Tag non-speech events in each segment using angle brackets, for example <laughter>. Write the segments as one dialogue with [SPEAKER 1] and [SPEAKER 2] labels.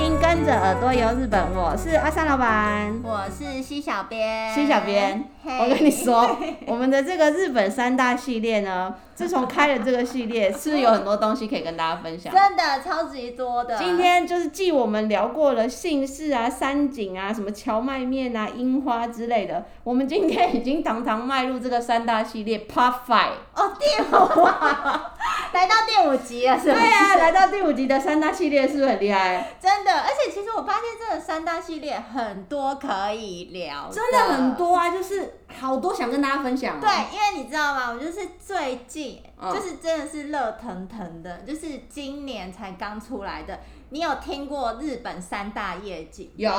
[SPEAKER 1] 迎跟着耳朵游日本，我是阿三老板。
[SPEAKER 2] 我是西小编，
[SPEAKER 1] 西小编，
[SPEAKER 2] 嘿
[SPEAKER 1] 我跟你 <laughs> 说，我们的这个日本三大系列呢，自从开了这个系列，是不是有很多东西可以跟大家分享？
[SPEAKER 2] <laughs> 真的超级多的。
[SPEAKER 1] 今天就是继我们聊过了姓氏啊、山景啊、什么荞麦面啊、樱花之类的，我们今天已经堂堂迈入这个三大系列 Part Five。
[SPEAKER 2] 哦，第五啊， <laughs> 来到第五集了，是
[SPEAKER 1] 对 <laughs>
[SPEAKER 2] 吧？
[SPEAKER 1] 啊，来到第五集的三大系列是不是很厉害？
[SPEAKER 2] 真的，而且其实我发现这三大系列很多可以聊，
[SPEAKER 1] 真的很。多啊，就是好多想跟大家分享、哦。
[SPEAKER 2] 对，因为你知道吗？我就是最近，
[SPEAKER 1] 嗯
[SPEAKER 2] 就是真的是热腾腾的，就是今年才刚出来的。你有听过日本三大夜景？
[SPEAKER 1] 有，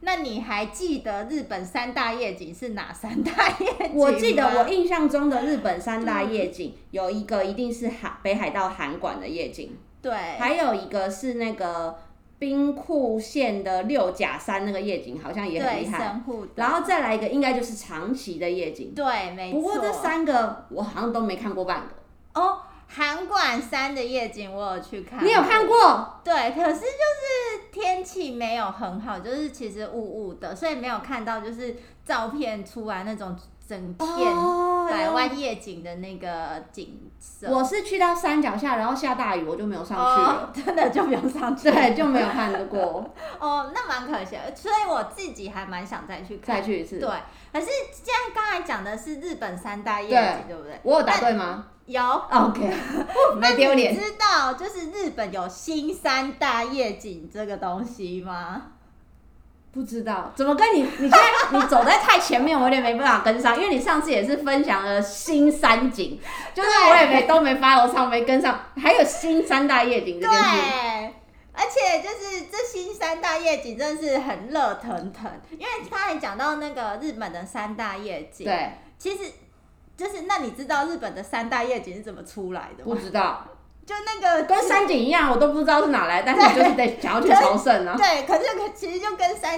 [SPEAKER 2] 那你还记得日本三大夜景是哪三大夜景吗？啊
[SPEAKER 1] 我记得我印象中的日本三大夜景，有一个一定是海北海道函馆的夜景，
[SPEAKER 2] 对，
[SPEAKER 1] 还有一个是那个兵库县的六甲山那个夜景，好像也很
[SPEAKER 2] 对
[SPEAKER 1] 厉害。
[SPEAKER 2] 神户的，
[SPEAKER 1] 然后再来一个，应该就是长崎的夜景。
[SPEAKER 2] 对，没错。
[SPEAKER 1] 不过这三个我好像都没看过半个，
[SPEAKER 2] 哦，函馆山的夜景我有去看，
[SPEAKER 1] 你有？看过？
[SPEAKER 2] 对，可是就是天气没有很好，就是其实雾雾的，所以没有看到就是照片出来那种整片
[SPEAKER 1] 哦
[SPEAKER 2] 百湾夜景的那个景色。
[SPEAKER 1] 我是去到山脚下，然后下大雨，我就没有上去了。
[SPEAKER 2] 哦， <laughs> 真的就不用上去。
[SPEAKER 1] 对，就没有看过，
[SPEAKER 2] <laughs> 哦，那蛮可惜的，所以我自己还蛮想再去看。
[SPEAKER 1] 再去一次。
[SPEAKER 2] 对，可是既然刚才讲的是日本三大夜景，对不对？
[SPEAKER 1] 我有答对吗哦
[SPEAKER 2] 有， <laughs>
[SPEAKER 1] ？OK，没丢
[SPEAKER 2] 你
[SPEAKER 1] 脸。
[SPEAKER 2] 知道就是日本有新三大夜景这个东西吗？
[SPEAKER 1] 不知道怎么跟你，你现在你走在太前面，我有点没办法跟上，因为你上次也是分享了新山景，就是我也没都没 follow 上，没跟上，还有新三大夜景这
[SPEAKER 2] 对
[SPEAKER 1] 件事。，
[SPEAKER 2] 而且就是这新三大夜景真的是很热腾腾，因为他还讲到那个日本的三大夜景，，
[SPEAKER 1] 对，
[SPEAKER 2] 其实就是那你知道日本的三大夜景是怎么出来的
[SPEAKER 1] 不
[SPEAKER 2] 吗？
[SPEAKER 1] 知道，
[SPEAKER 2] 就那个
[SPEAKER 1] 跟山景一样，我都不知道是哪来，但是你就是得想要去朝圣啊。
[SPEAKER 2] 对，可是可其实就跟三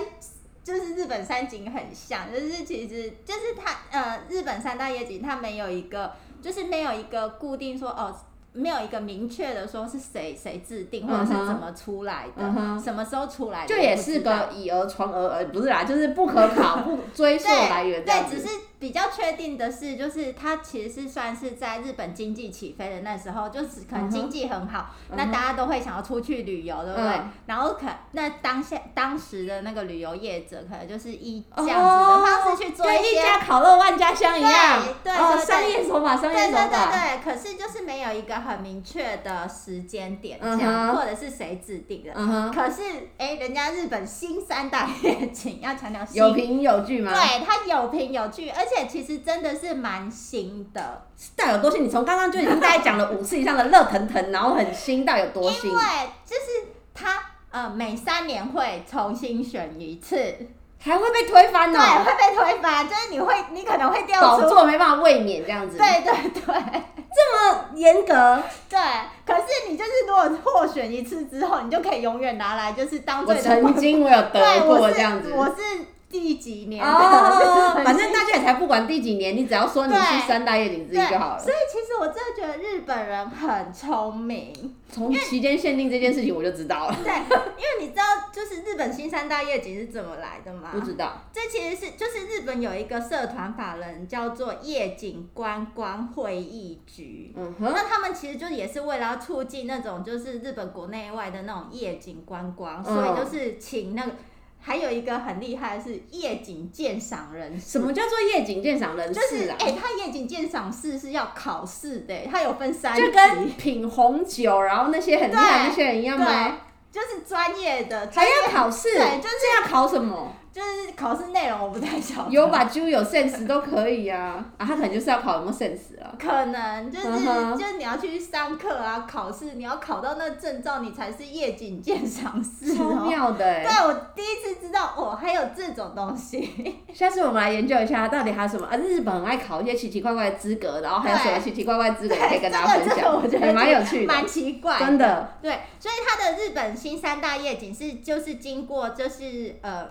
[SPEAKER 2] 就是日本三景很像，就是其实就是它呃日本三大夜景它没有一个就是没有一个固定说哦。没有一个明确的说是谁谁制定，或者是
[SPEAKER 1] 嗯哼
[SPEAKER 2] 怎么出来的
[SPEAKER 1] 嗯哼
[SPEAKER 2] 什么时候出来的，
[SPEAKER 1] 就
[SPEAKER 2] 也
[SPEAKER 1] 也
[SPEAKER 2] 不知
[SPEAKER 1] 是
[SPEAKER 2] 道
[SPEAKER 1] 个以讹传讹，呃，不是啦，就是不可
[SPEAKER 2] <laughs>
[SPEAKER 1] 考、不追溯来
[SPEAKER 2] 对
[SPEAKER 1] 源这样
[SPEAKER 2] 对，
[SPEAKER 1] 子。
[SPEAKER 2] 只是比较确定的是，就是它其实是算是在日本经济起飞的那时候，就是可
[SPEAKER 1] 嗯哼
[SPEAKER 2] 能经济很好，
[SPEAKER 1] 嗯哼
[SPEAKER 2] 那大家都会想要出去旅游，对不对？
[SPEAKER 1] 嗯
[SPEAKER 2] 然后可那当下当时的那个旅游业者，可能就是以
[SPEAKER 1] 哦
[SPEAKER 2] 这样子的方式去做一
[SPEAKER 1] 跟
[SPEAKER 2] 些。
[SPEAKER 1] 一家烤肉万家香一样，
[SPEAKER 2] 对对
[SPEAKER 1] 哦，
[SPEAKER 2] 对对
[SPEAKER 1] 商业手法，商
[SPEAKER 2] 对
[SPEAKER 1] 业
[SPEAKER 2] 对
[SPEAKER 1] 手
[SPEAKER 2] 对
[SPEAKER 1] 法，
[SPEAKER 2] 对，可是就是没有一个很明确的时间点这样，
[SPEAKER 1] 嗯哼
[SPEAKER 2] 或者是谁制定的。
[SPEAKER 1] 嗯哼，
[SPEAKER 2] 可是哎，人家日本新三 <laughs> 大夜景要强调新
[SPEAKER 1] 有凭有据吗？
[SPEAKER 2] 对，它有凭有据，而且其实真的是蛮新的，
[SPEAKER 1] 到底有多新？你从刚刚就已经大概讲了五次以上的热腾腾，然后很新，到底有多新
[SPEAKER 2] 因？为就是它呃每三年会重新选一次，
[SPEAKER 1] 还会被推翻
[SPEAKER 2] 对，
[SPEAKER 1] 呢、
[SPEAKER 2] 会被推翻，就是你会你可能会
[SPEAKER 1] 嗯
[SPEAKER 2] 掉
[SPEAKER 1] 宝
[SPEAKER 2] 出，
[SPEAKER 1] 座没办法卫冕这样子，
[SPEAKER 2] 对对对
[SPEAKER 1] 这么严格，
[SPEAKER 2] 对，可是你就是如果获选一次之后，你就可以永远拿来就是当
[SPEAKER 1] 我
[SPEAKER 2] 最的
[SPEAKER 1] 曾经我有得
[SPEAKER 2] 对，
[SPEAKER 1] 过
[SPEAKER 2] 我
[SPEAKER 1] 这样子
[SPEAKER 2] 是。我是第几年的， <laughs>
[SPEAKER 1] 哦，反正大家也才不管第几年，你只要说你
[SPEAKER 2] 对
[SPEAKER 1] 是三大夜景之一
[SPEAKER 2] 对
[SPEAKER 1] 就好了
[SPEAKER 2] 所。以其实我真的觉得日本人很聪明。
[SPEAKER 1] 从期间限定这件事情我就知道了，
[SPEAKER 2] 对，因为你知道，就是日本新三大夜景是怎么来的吗
[SPEAKER 1] 不？知道
[SPEAKER 2] 这其实是就是日本有一个社团法人叫做夜景观光会议局。
[SPEAKER 1] 嗯哼，
[SPEAKER 2] 那他们其实就也是为了要促进那种就是日本国内外的那种夜景观光，所
[SPEAKER 1] 嗯
[SPEAKER 2] 以就是请那个还有一个很厉害的是夜景鉴赏人士
[SPEAKER 1] 什么叫做夜景鉴赏人
[SPEAKER 2] 就是
[SPEAKER 1] 士啊？
[SPEAKER 2] 哎、他夜景鉴赏室是要考试的、欸他有分三级，
[SPEAKER 1] 就跟品红酒，然后那些很厉害
[SPEAKER 2] 对
[SPEAKER 1] 那些人一样
[SPEAKER 2] 对
[SPEAKER 1] 吗？，
[SPEAKER 2] 就是专业的，
[SPEAKER 1] 还要考试，
[SPEAKER 2] 对就是
[SPEAKER 1] 这要考什么？
[SPEAKER 2] 就是考试内容我不太晓得，
[SPEAKER 1] 有把 Q 有 sense 都可以啊，啊，他可能就是要考有没有 sense 啊。
[SPEAKER 2] 可能就是、
[SPEAKER 1] 嗯哼
[SPEAKER 2] 就是你要去上课啊，考试你要考到那证照，你才是夜景鉴赏师
[SPEAKER 1] 超
[SPEAKER 2] 哦。
[SPEAKER 1] 妙的
[SPEAKER 2] 对，
[SPEAKER 1] 哎！
[SPEAKER 2] 我第一次知道哦，还有这种
[SPEAKER 1] <laughs>
[SPEAKER 2] 东西。
[SPEAKER 1] 下次我们来研究一下，到底还有什么啊？日本很爱考一些奇奇怪怪的资格，然后还有什么
[SPEAKER 2] 对
[SPEAKER 1] 奇奇怪怪的资格
[SPEAKER 2] 对，
[SPEAKER 1] 也可以跟大家
[SPEAKER 2] <laughs> 这个
[SPEAKER 1] 分
[SPEAKER 2] 这个我觉
[SPEAKER 1] 享，
[SPEAKER 2] 得
[SPEAKER 1] 也蛮有趣的，
[SPEAKER 2] 蛮奇怪，
[SPEAKER 1] 真的。
[SPEAKER 2] 对，所以它的日本新三大夜景是就是经过就是呃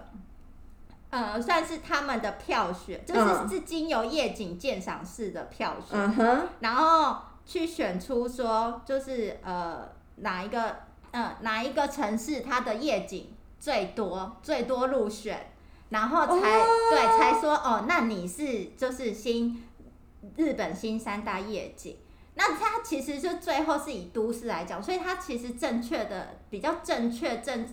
[SPEAKER 2] 呃算是他们的票选，就是、
[SPEAKER 1] 嗯
[SPEAKER 2] 是经由夜景鉴赏室的票选，
[SPEAKER 1] 嗯哼，
[SPEAKER 2] 然后去选出说就是呃哪一个。嗯哪一个城市它的夜景最多最多入选，然后才、
[SPEAKER 1] 哦
[SPEAKER 2] 对才说哦，那你是就是新日本新三大夜景。那它其实就最后是以都市来讲，所以它其实正确的比较正确正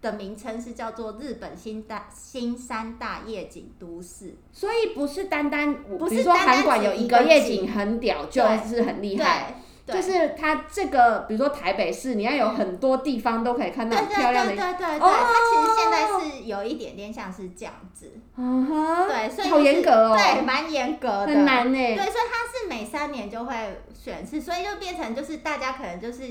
[SPEAKER 2] 的名称是叫做日本新大新三大夜景都市。
[SPEAKER 1] 所以不是单单我，
[SPEAKER 2] 不是
[SPEAKER 1] 比如说
[SPEAKER 2] 单单
[SPEAKER 1] 韩馆
[SPEAKER 2] 只
[SPEAKER 1] 有
[SPEAKER 2] 一
[SPEAKER 1] 一
[SPEAKER 2] 个
[SPEAKER 1] 个夜
[SPEAKER 2] 景
[SPEAKER 1] 景很屌，就
[SPEAKER 2] 对
[SPEAKER 1] 是很厉
[SPEAKER 2] 对
[SPEAKER 1] 害。，
[SPEAKER 2] 对
[SPEAKER 1] 就是它这个，比如说台北市，你要有很多地方都可以看到
[SPEAKER 2] 对
[SPEAKER 1] 很
[SPEAKER 2] 对
[SPEAKER 1] 漂亮的
[SPEAKER 2] 对对对对，
[SPEAKER 1] 哦
[SPEAKER 2] 它其实现在是有一点点像是这样子，
[SPEAKER 1] 啊哈，
[SPEAKER 2] 对，所以
[SPEAKER 1] 好
[SPEAKER 2] 就是
[SPEAKER 1] 严格哦，
[SPEAKER 2] 对，蛮严格
[SPEAKER 1] 很
[SPEAKER 2] 的。
[SPEAKER 1] 难欸呢、
[SPEAKER 2] 对，所以它是每三年就会选次，所以就变成就是大家可能就是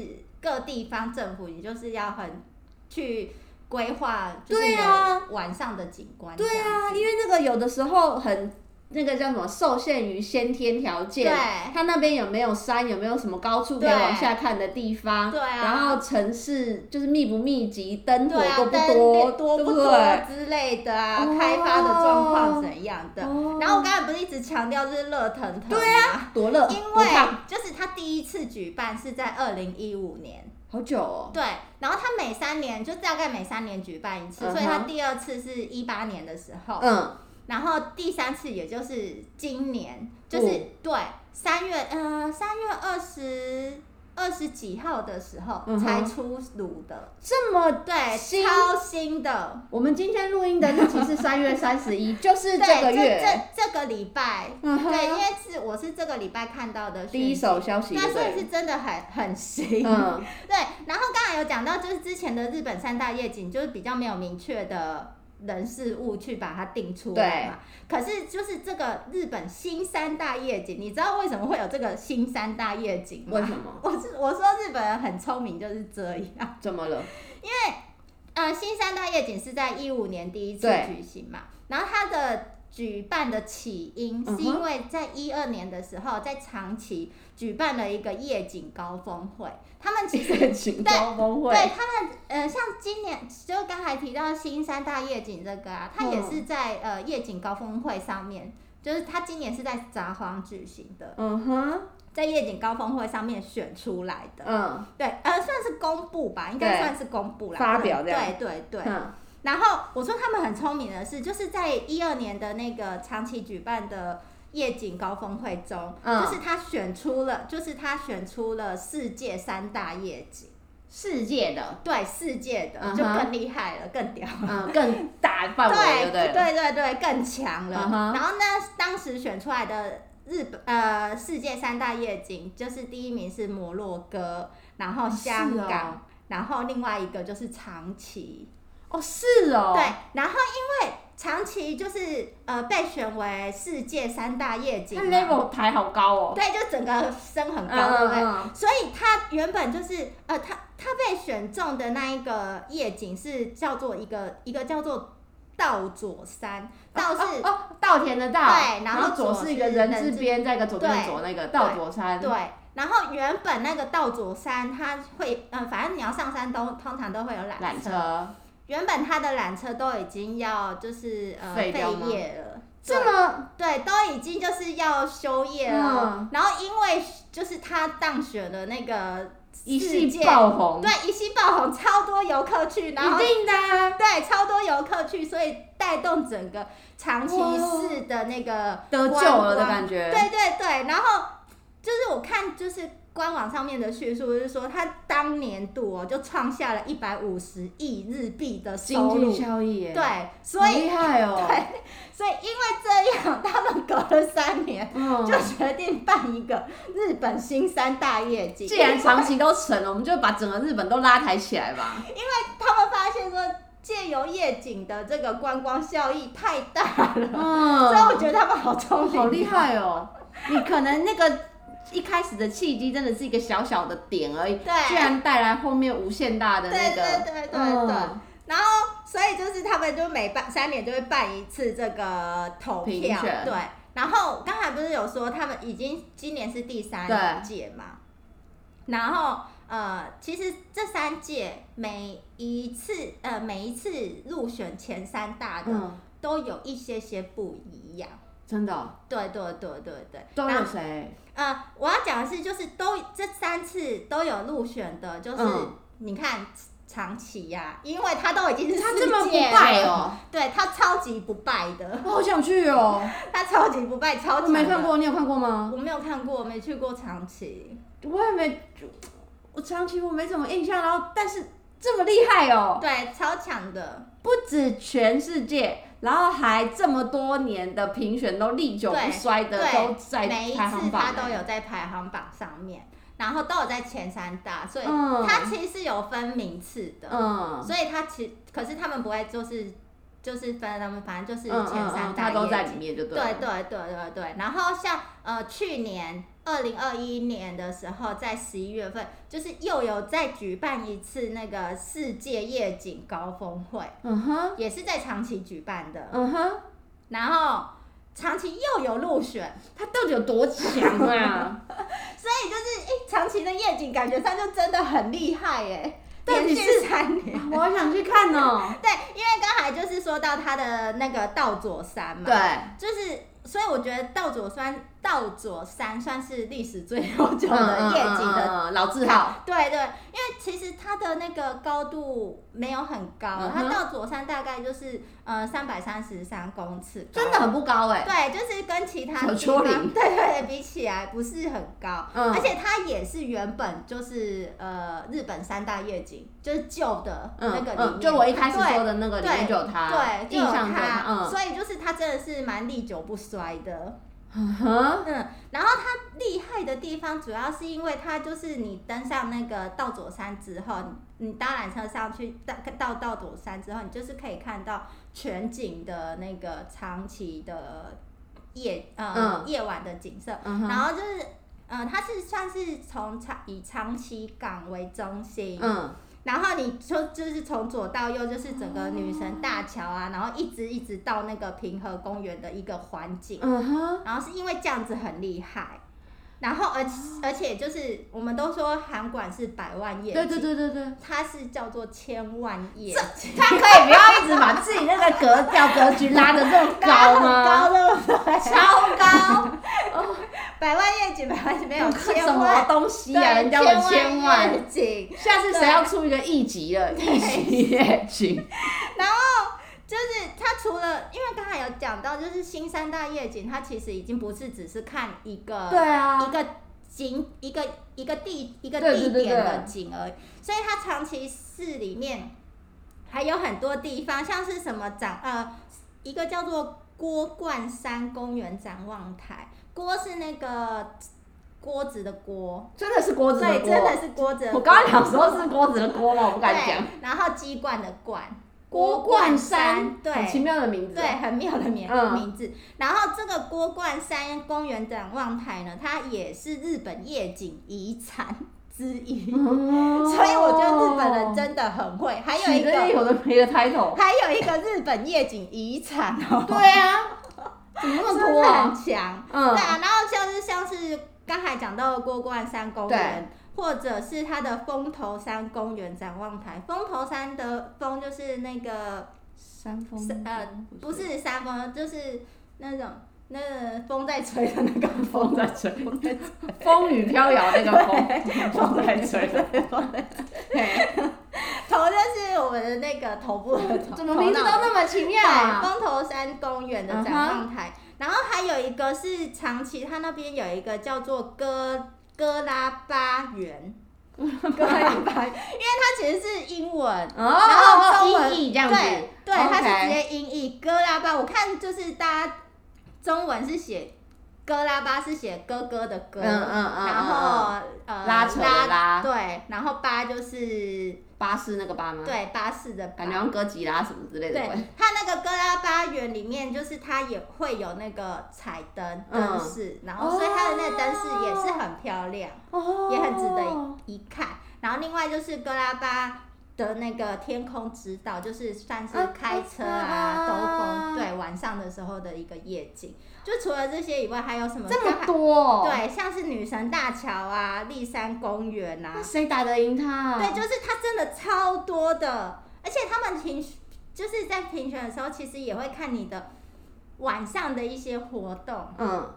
[SPEAKER 2] 各地方政府，你就是要很去规划，就是
[SPEAKER 1] 对啊
[SPEAKER 2] 你的晚上的景观这
[SPEAKER 1] 对
[SPEAKER 2] 样，
[SPEAKER 1] 啊，因为那个有的时候很那个叫什么，受限于先天条件，
[SPEAKER 2] 对
[SPEAKER 1] 它那边有没有山，有没有什么高处可以
[SPEAKER 2] 对
[SPEAKER 1] 往下看的地方，
[SPEAKER 2] 对啊
[SPEAKER 1] 然后城市就是密不密集，灯火
[SPEAKER 2] 对啊，
[SPEAKER 1] 多不
[SPEAKER 2] 灯
[SPEAKER 1] 多，
[SPEAKER 2] 多
[SPEAKER 1] 对
[SPEAKER 2] 不
[SPEAKER 1] 不
[SPEAKER 2] 多
[SPEAKER 1] 对？
[SPEAKER 2] 之类的啊，
[SPEAKER 1] 哦
[SPEAKER 2] 开发的状况怎样的。
[SPEAKER 1] 哦
[SPEAKER 2] 然后我刚才不是一直强调就是热腾腾吗，
[SPEAKER 1] 对啊，多热，
[SPEAKER 2] 因
[SPEAKER 1] 多
[SPEAKER 2] 为
[SPEAKER 1] 烫
[SPEAKER 2] 就是他第一次举办是在二零一五年，
[SPEAKER 1] 好久哦，
[SPEAKER 2] 对，然后他每三年就大概每三年举办一次，
[SPEAKER 1] 嗯哼
[SPEAKER 2] 所以他第二次是一八年的时候，
[SPEAKER 1] 嗯，
[SPEAKER 2] 然后第三次也就是今年，就是、
[SPEAKER 1] 哦
[SPEAKER 2] 对三月呃三月二十二十几号的时候
[SPEAKER 1] 嗯哼
[SPEAKER 2] 才出炉的，
[SPEAKER 1] 这么。
[SPEAKER 2] 对，
[SPEAKER 1] 新
[SPEAKER 2] 超新的，
[SPEAKER 1] 我们今天录音的日期是三月三十
[SPEAKER 2] <laughs>
[SPEAKER 1] 一，就是
[SPEAKER 2] 对，
[SPEAKER 1] 这个
[SPEAKER 2] 这
[SPEAKER 1] 月，
[SPEAKER 2] 这这个礼拜，
[SPEAKER 1] 嗯哼
[SPEAKER 2] 对，因为是我是这个礼拜看到的
[SPEAKER 1] 第一
[SPEAKER 2] 讯息，
[SPEAKER 1] 手消息，
[SPEAKER 2] 对，所以
[SPEAKER 1] 对
[SPEAKER 2] 是真的很很新，
[SPEAKER 1] 不对，
[SPEAKER 2] <laughs>
[SPEAKER 1] 嗯，
[SPEAKER 2] 对，然后刚才有讲到，就是之前的日本三大夜景，就是比较没有明确的人事物去把它定出来嘛。可是就是这个日本新三大夜景，你知道为什么会有这个新三大夜景
[SPEAKER 1] 为
[SPEAKER 2] 吗？
[SPEAKER 1] 什
[SPEAKER 2] <laughs>
[SPEAKER 1] 么？
[SPEAKER 2] 我是我说日本人很聪明，就是这样。
[SPEAKER 1] 怎么了？
[SPEAKER 2] 呃，新三大夜景是在一五年第一次
[SPEAKER 1] 对
[SPEAKER 2] 举行嘛，然后它的举办的起因
[SPEAKER 1] 嗯哼
[SPEAKER 2] 是因为在一二年的时候，在长崎举办了一个夜景高峰会，他们其实
[SPEAKER 1] 夜景高峰会，
[SPEAKER 2] 对他们，呃，像今年就刚才提到新三大夜景这个啊，
[SPEAKER 1] 嗯
[SPEAKER 2] 它也是在、呃夜景高峰会上面，就是它今年是在札幌举行的，
[SPEAKER 1] 嗯哼，
[SPEAKER 2] 在夜景高峰会上面选出来的，
[SPEAKER 1] 嗯，
[SPEAKER 2] 对，呃，算是公布吧，应
[SPEAKER 1] 对
[SPEAKER 2] 该算是公布啦，
[SPEAKER 1] 发表这样
[SPEAKER 2] 对对对。
[SPEAKER 1] 嗯
[SPEAKER 2] 然后我说他们很聪明的是，就是在一二年的那个长期举办的夜景高峰会中，
[SPEAKER 1] 嗯
[SPEAKER 2] 就是他选出了，就是他选出了世界三大夜景。
[SPEAKER 1] 世界的，
[SPEAKER 2] 对世界的、
[SPEAKER 1] 嗯哼
[SPEAKER 2] 就更厉害了，更屌。
[SPEAKER 1] 嗯，更大范围，
[SPEAKER 2] 对
[SPEAKER 1] 对不对了？
[SPEAKER 2] 对对对更强了。
[SPEAKER 1] 嗯哼
[SPEAKER 2] 然后呢，当时选出来的日本呃世界三大夜景，就是第一名是摩洛哥，然后香
[SPEAKER 1] 是
[SPEAKER 2] 港，
[SPEAKER 1] 哦
[SPEAKER 2] 然后另外一个就是长崎。
[SPEAKER 1] 哦，是哦，
[SPEAKER 2] 对，然后因为长崎就是呃被选为世界三大夜景
[SPEAKER 1] 它
[SPEAKER 2] 嘛，
[SPEAKER 1] level 抬好高哦，
[SPEAKER 2] 对，就整个升很
[SPEAKER 1] 嗯
[SPEAKER 2] 高，对不对？
[SPEAKER 1] 嗯，
[SPEAKER 2] 所以他原本就是呃，他他被选中的那一个夜景是叫做一个一个叫做道左山，道是、
[SPEAKER 1] 哦哦稻田的稻，
[SPEAKER 2] 对然
[SPEAKER 1] 然
[SPEAKER 2] 后
[SPEAKER 1] 后
[SPEAKER 2] 左
[SPEAKER 1] 左是一个
[SPEAKER 2] 是
[SPEAKER 1] 人
[SPEAKER 2] 人
[SPEAKER 1] 字
[SPEAKER 2] 字
[SPEAKER 1] 边，再一个左边
[SPEAKER 2] 对
[SPEAKER 1] 左那个稻左山，
[SPEAKER 2] 对。然后原本那个道左山，它会，嗯、反正你要上山都通常都会有缆
[SPEAKER 1] 缆车，
[SPEAKER 2] 原本它的缆车都已经要就是呃
[SPEAKER 1] 废
[SPEAKER 2] 废
[SPEAKER 1] 掉吗
[SPEAKER 2] 业了，对
[SPEAKER 1] 这么
[SPEAKER 2] 对，都已经就是要休业了。
[SPEAKER 1] 嗯
[SPEAKER 2] 然后因为就是他当选的那个
[SPEAKER 1] 一
[SPEAKER 2] 世
[SPEAKER 1] 系
[SPEAKER 2] 界
[SPEAKER 1] 爆红，
[SPEAKER 2] 对一夕爆红，超多游客去，然后
[SPEAKER 1] 一定的啊，
[SPEAKER 2] 对，超多游客去，所以带动整个长崎市的那个
[SPEAKER 1] 得救了的感觉
[SPEAKER 2] 观光对对对，然后就是我看就是官网上面的叙述，就是说他当年度哦就创下了一百五十亿日币的
[SPEAKER 1] 经
[SPEAKER 2] 收
[SPEAKER 1] 济
[SPEAKER 2] 入，
[SPEAKER 1] 效益耶，，
[SPEAKER 2] 对，所以 <laughs>
[SPEAKER 1] 厉害哦，
[SPEAKER 2] 对，所以因为这样，他们隔了三年。
[SPEAKER 1] 嗯
[SPEAKER 2] 就决定办一个日本新三大夜景，
[SPEAKER 1] 既然长期都成了，我们就把整个日本都拉抬起来
[SPEAKER 2] <laughs>
[SPEAKER 1] 吧。
[SPEAKER 2] 他们发现说借由夜景的这个观光效益太大了，所以
[SPEAKER 1] 嗯，
[SPEAKER 2] 我觉得他们好聪明，
[SPEAKER 1] 好厉。害 <laughs> 哦！你可能那个一开始的契机真的是一个小小的点而已，
[SPEAKER 2] 对
[SPEAKER 1] 居然带来后面无限大的
[SPEAKER 2] 对
[SPEAKER 1] 那
[SPEAKER 2] 对
[SPEAKER 1] 个，
[SPEAKER 2] 对对
[SPEAKER 1] 嗯
[SPEAKER 2] 对。然后，所以就是他们就每办三年就会办一次这个投
[SPEAKER 1] 评
[SPEAKER 2] 票，
[SPEAKER 1] 选
[SPEAKER 2] 对。然后刚才不是有说他们已经今年是第三
[SPEAKER 1] 对
[SPEAKER 2] 届嘛？然后呃，其实这三届每一次呃每一次入选前三大的、
[SPEAKER 1] 嗯，
[SPEAKER 2] 都有一些些不一样。
[SPEAKER 1] 真的哦
[SPEAKER 2] 对对对对对，
[SPEAKER 1] 都
[SPEAKER 2] 然
[SPEAKER 1] 有
[SPEAKER 2] 后
[SPEAKER 1] 谁？
[SPEAKER 2] 呃，我要讲的是，就是都这三次都有入选的，就是、
[SPEAKER 1] 嗯
[SPEAKER 2] 你看长崎呀、因为他都已经是
[SPEAKER 1] 他
[SPEAKER 2] 世
[SPEAKER 1] 这么不
[SPEAKER 2] 界
[SPEAKER 1] 败
[SPEAKER 2] 了，
[SPEAKER 1] 哦，
[SPEAKER 2] 对他超级不败的，
[SPEAKER 1] 我好想去哦，
[SPEAKER 2] 他超级不败，超
[SPEAKER 1] 我
[SPEAKER 2] 级
[SPEAKER 1] 没看，过，你有看过吗？
[SPEAKER 2] 我没有看过，我没去过长崎，
[SPEAKER 1] 我也没，我长期我没什么印象，然后但是这么厉害哦，
[SPEAKER 2] 对，超强的，
[SPEAKER 1] 不止全世界，然后还这么多年的评选都历久不衰的
[SPEAKER 2] 对
[SPEAKER 1] 都在
[SPEAKER 2] 每一
[SPEAKER 1] 排行
[SPEAKER 2] 次
[SPEAKER 1] 榜
[SPEAKER 2] 他
[SPEAKER 1] 欸，
[SPEAKER 2] 都有在排行榜上面，然后都有在前三大，所以
[SPEAKER 1] 嗯
[SPEAKER 2] 他其实是有分名次的，
[SPEAKER 1] 嗯，
[SPEAKER 2] 所以他其可是他们不会就是就是分他们，反正就是
[SPEAKER 1] 嗯
[SPEAKER 2] 前
[SPEAKER 1] 嗯
[SPEAKER 2] 三
[SPEAKER 1] 嗯，他
[SPEAKER 2] 大业绩、
[SPEAKER 1] 都在里面就
[SPEAKER 2] 对
[SPEAKER 1] 对了，
[SPEAKER 2] 对对对对，然后像呃去年二零二一年的时候，在十一月份，就是又有再举办一次那个世界夜景高峰会，
[SPEAKER 1] 嗯哼，
[SPEAKER 2] 也是在长崎举办的，
[SPEAKER 1] 嗯哼，
[SPEAKER 2] 然后长崎又有入选，
[SPEAKER 1] 他到底有多强啊？
[SPEAKER 2] 所以就是哎、诶长崎的夜景感觉上就真的很厉害耶，
[SPEAKER 1] 到底
[SPEAKER 2] 连续
[SPEAKER 1] 是
[SPEAKER 2] 三年。
[SPEAKER 1] 我好想去看哦，
[SPEAKER 2] 对，因为刚才就是说到他的那个道佐山嘛，
[SPEAKER 1] 对，
[SPEAKER 2] 就是，所以我觉得道佐山道佐山算是历史最悠久的夜景
[SPEAKER 1] 嗯
[SPEAKER 2] 的。
[SPEAKER 1] 嗯嗯嗯嗯老字号，
[SPEAKER 2] 对对，因为其实它的那个高度没有很高，
[SPEAKER 1] 嗯
[SPEAKER 2] 它
[SPEAKER 1] 哼
[SPEAKER 2] 道佐山大概就是呃三百三十三公尺，
[SPEAKER 1] 真的。很不高哎，
[SPEAKER 2] 对，就是跟其他
[SPEAKER 1] 小
[SPEAKER 2] 地
[SPEAKER 1] 丘
[SPEAKER 2] 方
[SPEAKER 1] 陵
[SPEAKER 2] 对对对比起来不是很高，
[SPEAKER 1] 嗯
[SPEAKER 2] 而且它也是原本就是呃日本三大夜景，就是旧的那
[SPEAKER 1] 嗯
[SPEAKER 2] 个里面，
[SPEAKER 1] 嗯，就我一开始
[SPEAKER 2] 对
[SPEAKER 1] 说的那个里面就有他，
[SPEAKER 2] 对，就
[SPEAKER 1] 印
[SPEAKER 2] 有
[SPEAKER 1] 象就有
[SPEAKER 2] 它，
[SPEAKER 1] 他，嗯
[SPEAKER 2] 所以就是它真的是蛮历久不衰的。
[SPEAKER 1] 嗯哼，
[SPEAKER 2] 嗯，然后它厉害的地方主要是因为它就是你登上那个道佐山之后，你你搭缆车上去到到道佐山之后，你就是可以看到全景的那个长崎的夜呃、
[SPEAKER 1] 嗯
[SPEAKER 2] 夜晚的景色，
[SPEAKER 1] 嗯哼，
[SPEAKER 2] 然后就是。呃，它是算是从长以长崎港为中心，
[SPEAKER 1] 嗯，
[SPEAKER 2] 然后你就就是从左到右，就是整个女
[SPEAKER 1] 哦
[SPEAKER 2] 神大桥啊，然后一直一直到那个平和公园的一个环景，
[SPEAKER 1] 嗯哼，
[SPEAKER 2] 然后是因为这样子很厉害，然后而而且就是我们都说韩馆是百万夜景，
[SPEAKER 1] 对对对对对。
[SPEAKER 2] 它是叫做千万夜景，
[SPEAKER 1] 他可以不要一直把自己那个格调格局拉得这么高吗？
[SPEAKER 2] 高了吧，
[SPEAKER 1] 超高， <laughs>
[SPEAKER 2] 百万夜景，百万夜景没有千
[SPEAKER 1] 什么
[SPEAKER 2] 万，
[SPEAKER 1] 东西
[SPEAKER 2] 对
[SPEAKER 1] 啊？人家有千
[SPEAKER 2] 万
[SPEAKER 1] 万，
[SPEAKER 2] 夜景，
[SPEAKER 1] 下次谁要出一个一级了？一级也行。
[SPEAKER 2] 就是它除了，因为刚才有讲到，就是新三大夜景，它其实已经不是只是看一个
[SPEAKER 1] 对啊
[SPEAKER 2] 一，个景一个一个地一个
[SPEAKER 1] 对
[SPEAKER 2] 地
[SPEAKER 1] 对对
[SPEAKER 2] 点的
[SPEAKER 1] 对
[SPEAKER 2] 景而已，所以它长崎市里面还有很多地方，像是什么展呃一个叫做郭冠山公园展望台，郭是那个锅子的锅，
[SPEAKER 1] 真的是锅子的
[SPEAKER 2] 对，真
[SPEAKER 1] 锅。
[SPEAKER 2] 的是锅子的
[SPEAKER 1] 我
[SPEAKER 2] 锅，
[SPEAKER 1] 刚刚想说是锅子的锅吗？我不
[SPEAKER 2] 不
[SPEAKER 1] 敢讲。
[SPEAKER 2] 然后鸡冠的冠，
[SPEAKER 1] 郭冠山，
[SPEAKER 2] 对，
[SPEAKER 1] 很奇妙的名字。
[SPEAKER 2] 对，，很妙的名
[SPEAKER 1] 哦嗯
[SPEAKER 2] 名字。然后这个郭冠山公园展望台呢，它也是日本夜景遗产之一，所
[SPEAKER 1] 所
[SPEAKER 2] 以我觉得日本人真的很会。还有一
[SPEAKER 1] 取得
[SPEAKER 2] 个，
[SPEAKER 1] 哦有的没的 title。
[SPEAKER 2] 还有一个日本夜景遗产哦，
[SPEAKER 1] 对啊，
[SPEAKER 2] <laughs>
[SPEAKER 1] 怎么那么
[SPEAKER 2] 真
[SPEAKER 1] 多
[SPEAKER 2] 的
[SPEAKER 1] 啊？
[SPEAKER 2] 很强。对
[SPEAKER 1] 嗯，
[SPEAKER 2] 啊，然后像是像是刚才讲到的郭冠山公园。或者是它的风头山公园展望台，风头山的风就是那个
[SPEAKER 1] 山峰
[SPEAKER 2] 是呃，不是山风，就是那种那个风在吹的 <laughs> 那个
[SPEAKER 1] 风
[SPEAKER 2] 风。
[SPEAKER 1] 在吹，风雨飘摇那个
[SPEAKER 2] <laughs>
[SPEAKER 1] 风，风在吹。嘿
[SPEAKER 2] 头就是我们的那个头部的头，
[SPEAKER 1] 怎么名字都那么奇妙啊？
[SPEAKER 2] 对，风头山公园的展望台。然后还有一个是长崎，它那边有一个叫做哥哥拉巴园，哥拉 <laughs> 巴园，因为它其实是英文，
[SPEAKER 1] 哦
[SPEAKER 2] 然后中
[SPEAKER 1] 哦，
[SPEAKER 2] 文
[SPEAKER 1] 音译这样子，
[SPEAKER 2] 对对，
[SPEAKER 1] OK
[SPEAKER 2] 它是直接音译哥拉巴。我看就是大家中文是写哥拉巴是写哥哥的哥，
[SPEAKER 1] 嗯嗯嗯，
[SPEAKER 2] 然
[SPEAKER 1] 嗯
[SPEAKER 2] 后呃
[SPEAKER 1] 拉扯的拉
[SPEAKER 2] 对，然后八就是
[SPEAKER 1] 巴士那个巴吗？，
[SPEAKER 2] 对巴士的
[SPEAKER 1] 感觉
[SPEAKER 2] 巴。
[SPEAKER 1] 像哥吉拉什么之类的
[SPEAKER 2] 对
[SPEAKER 1] 鬼。，
[SPEAKER 2] 它那个哥拉巴园里面，就是它也会有那个彩灯
[SPEAKER 1] 嗯
[SPEAKER 2] 灯饰，然后所以它的那个灯饰也是很漂亮，
[SPEAKER 1] 哦
[SPEAKER 2] 也很值得一看。然后另外就是哥拉巴的那个天空之岛，就是算是
[SPEAKER 1] 啊
[SPEAKER 2] 开车
[SPEAKER 1] 啊
[SPEAKER 2] 啊、兜风，对，晚上的时候的一个夜景。就除了这些以外，还有什么？
[SPEAKER 1] 这
[SPEAKER 2] 刚
[SPEAKER 1] 么
[SPEAKER 2] 才
[SPEAKER 1] 多哦。
[SPEAKER 2] 对，像是女神大桥啊、立山公园啊
[SPEAKER 1] 那，哦谁打得赢他？
[SPEAKER 2] 对，就是它真的超多的，而且他们评就是在评选的时候，其实也会看你的晚上的一些活动，
[SPEAKER 1] 嗯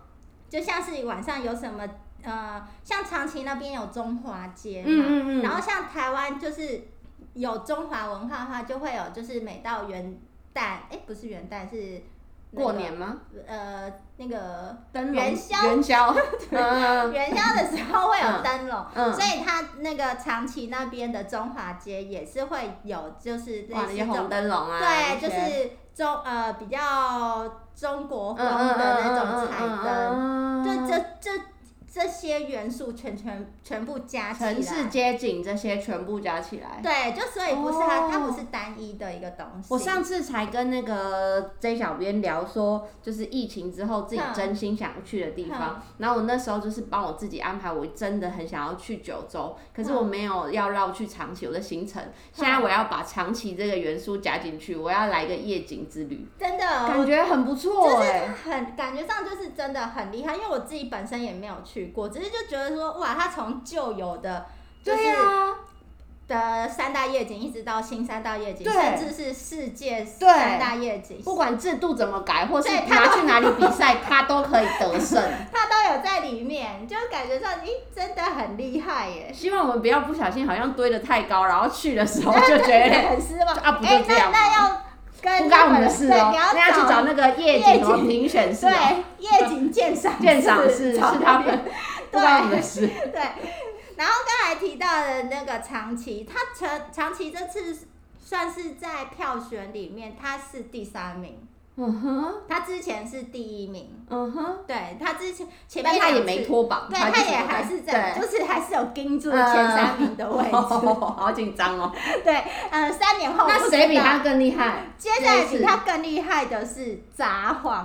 [SPEAKER 2] 就像是晚上有什么呃，像长崎那边有中华街嘛，
[SPEAKER 1] 嗯嗯嗯，
[SPEAKER 2] 然后像台湾就是有中华文化的话，就会有就是每到元旦，哎、不是元旦是、那个
[SPEAKER 1] 过年吗？
[SPEAKER 2] 呃那个
[SPEAKER 1] 灯笼
[SPEAKER 2] 元宵
[SPEAKER 1] 元
[SPEAKER 2] <laughs>
[SPEAKER 1] 宵，嗯
[SPEAKER 2] 元宵的时候会有灯笼。
[SPEAKER 1] 嗯
[SPEAKER 2] 所，以它那个长崎那边的中华街也是会有，就是类
[SPEAKER 1] 哇，
[SPEAKER 2] 似
[SPEAKER 1] 那些
[SPEAKER 2] 这
[SPEAKER 1] 红
[SPEAKER 2] 种，
[SPEAKER 1] 灯笼啊，
[SPEAKER 2] 对，就
[SPEAKER 1] 那些
[SPEAKER 2] 是中呃比较中国
[SPEAKER 1] 嗯
[SPEAKER 2] 风
[SPEAKER 1] 嗯嗯
[SPEAKER 2] 的那
[SPEAKER 1] 嗯
[SPEAKER 2] 种彩
[SPEAKER 1] 嗯
[SPEAKER 2] 灯，
[SPEAKER 1] 嗯
[SPEAKER 2] 就这这这些元素全全全部加起来，
[SPEAKER 1] 城市街景这些全部加起来。
[SPEAKER 2] 对，就所以不是它，
[SPEAKER 1] 哦
[SPEAKER 2] 它不是单一的一个东西。
[SPEAKER 1] 我上次才跟那个 J 小编聊说，就是疫情之后自己
[SPEAKER 2] 嗯
[SPEAKER 1] 真心想去的地方。然后我那时候就是帮我自己安排，我真的很想要去九州，可是我没有要绕去长崎我的行程。现在我要把长崎这个元素加进去，我要来个夜景之旅，
[SPEAKER 2] 真的
[SPEAKER 1] 感觉很不
[SPEAKER 2] 呃就
[SPEAKER 1] 错
[SPEAKER 2] 是
[SPEAKER 1] 哎、
[SPEAKER 2] 很感觉上就是真的很厉害，因为我自己本身也没有去过，只是就觉得说哇，它从旧有的就是
[SPEAKER 1] 对啊呀、
[SPEAKER 2] 的三大夜景，一直到新三大夜景，
[SPEAKER 1] 对
[SPEAKER 2] 甚至是世界
[SPEAKER 1] 对
[SPEAKER 2] 三大夜景，
[SPEAKER 1] 不管制度怎么改，或是
[SPEAKER 2] 对他
[SPEAKER 1] 拿去哪里比赛，他都可以得胜。 <laughs>
[SPEAKER 2] 它都有在里面，就感觉上咦，真的很厉害耶。
[SPEAKER 1] 希望我们不要不小心，好像堆得太高，然后去的时候就觉得有点
[SPEAKER 2] <laughs> 很失望。
[SPEAKER 1] 啊不就
[SPEAKER 2] 哎
[SPEAKER 1] 这样
[SPEAKER 2] 那那要跟
[SPEAKER 1] 不干我们的
[SPEAKER 2] 日
[SPEAKER 1] 事
[SPEAKER 2] 本
[SPEAKER 1] 哦，
[SPEAKER 2] 对
[SPEAKER 1] 那
[SPEAKER 2] 你
[SPEAKER 1] 要
[SPEAKER 2] 要
[SPEAKER 1] 去找那个夜景什么评选室哦，
[SPEAKER 2] 对夜景鉴赏
[SPEAKER 1] <laughs> 鉴赏室是
[SPEAKER 2] 找
[SPEAKER 1] 他们， <laughs> 不干我们的事。
[SPEAKER 2] 对，然后刚才提到的那个长崎，他长长崎这次算是在票选里面，他是第三名，
[SPEAKER 1] 嗯哼，
[SPEAKER 2] 他之前是第一名，
[SPEAKER 1] 嗯哼，
[SPEAKER 2] 对他之前前
[SPEAKER 1] 但
[SPEAKER 2] 面
[SPEAKER 1] 哦他也
[SPEAKER 2] 两
[SPEAKER 1] 没
[SPEAKER 2] 次，
[SPEAKER 1] 脱榜，
[SPEAKER 2] 对他
[SPEAKER 1] 就是
[SPEAKER 2] 也
[SPEAKER 1] 有
[SPEAKER 2] 还
[SPEAKER 1] 在
[SPEAKER 2] 是在，
[SPEAKER 1] 对
[SPEAKER 2] 就是还是有盯住前三
[SPEAKER 1] <laughs>
[SPEAKER 2] 名的位置，
[SPEAKER 1] 哦好紧张哦。
[SPEAKER 2] <laughs> 对，呃，三年后
[SPEAKER 1] 那
[SPEAKER 2] 不
[SPEAKER 1] 谁
[SPEAKER 2] 知
[SPEAKER 1] 比
[SPEAKER 2] 道
[SPEAKER 1] 他？更厉害？
[SPEAKER 2] 接下来
[SPEAKER 1] 这一次
[SPEAKER 2] 比他更厉害的是札幌，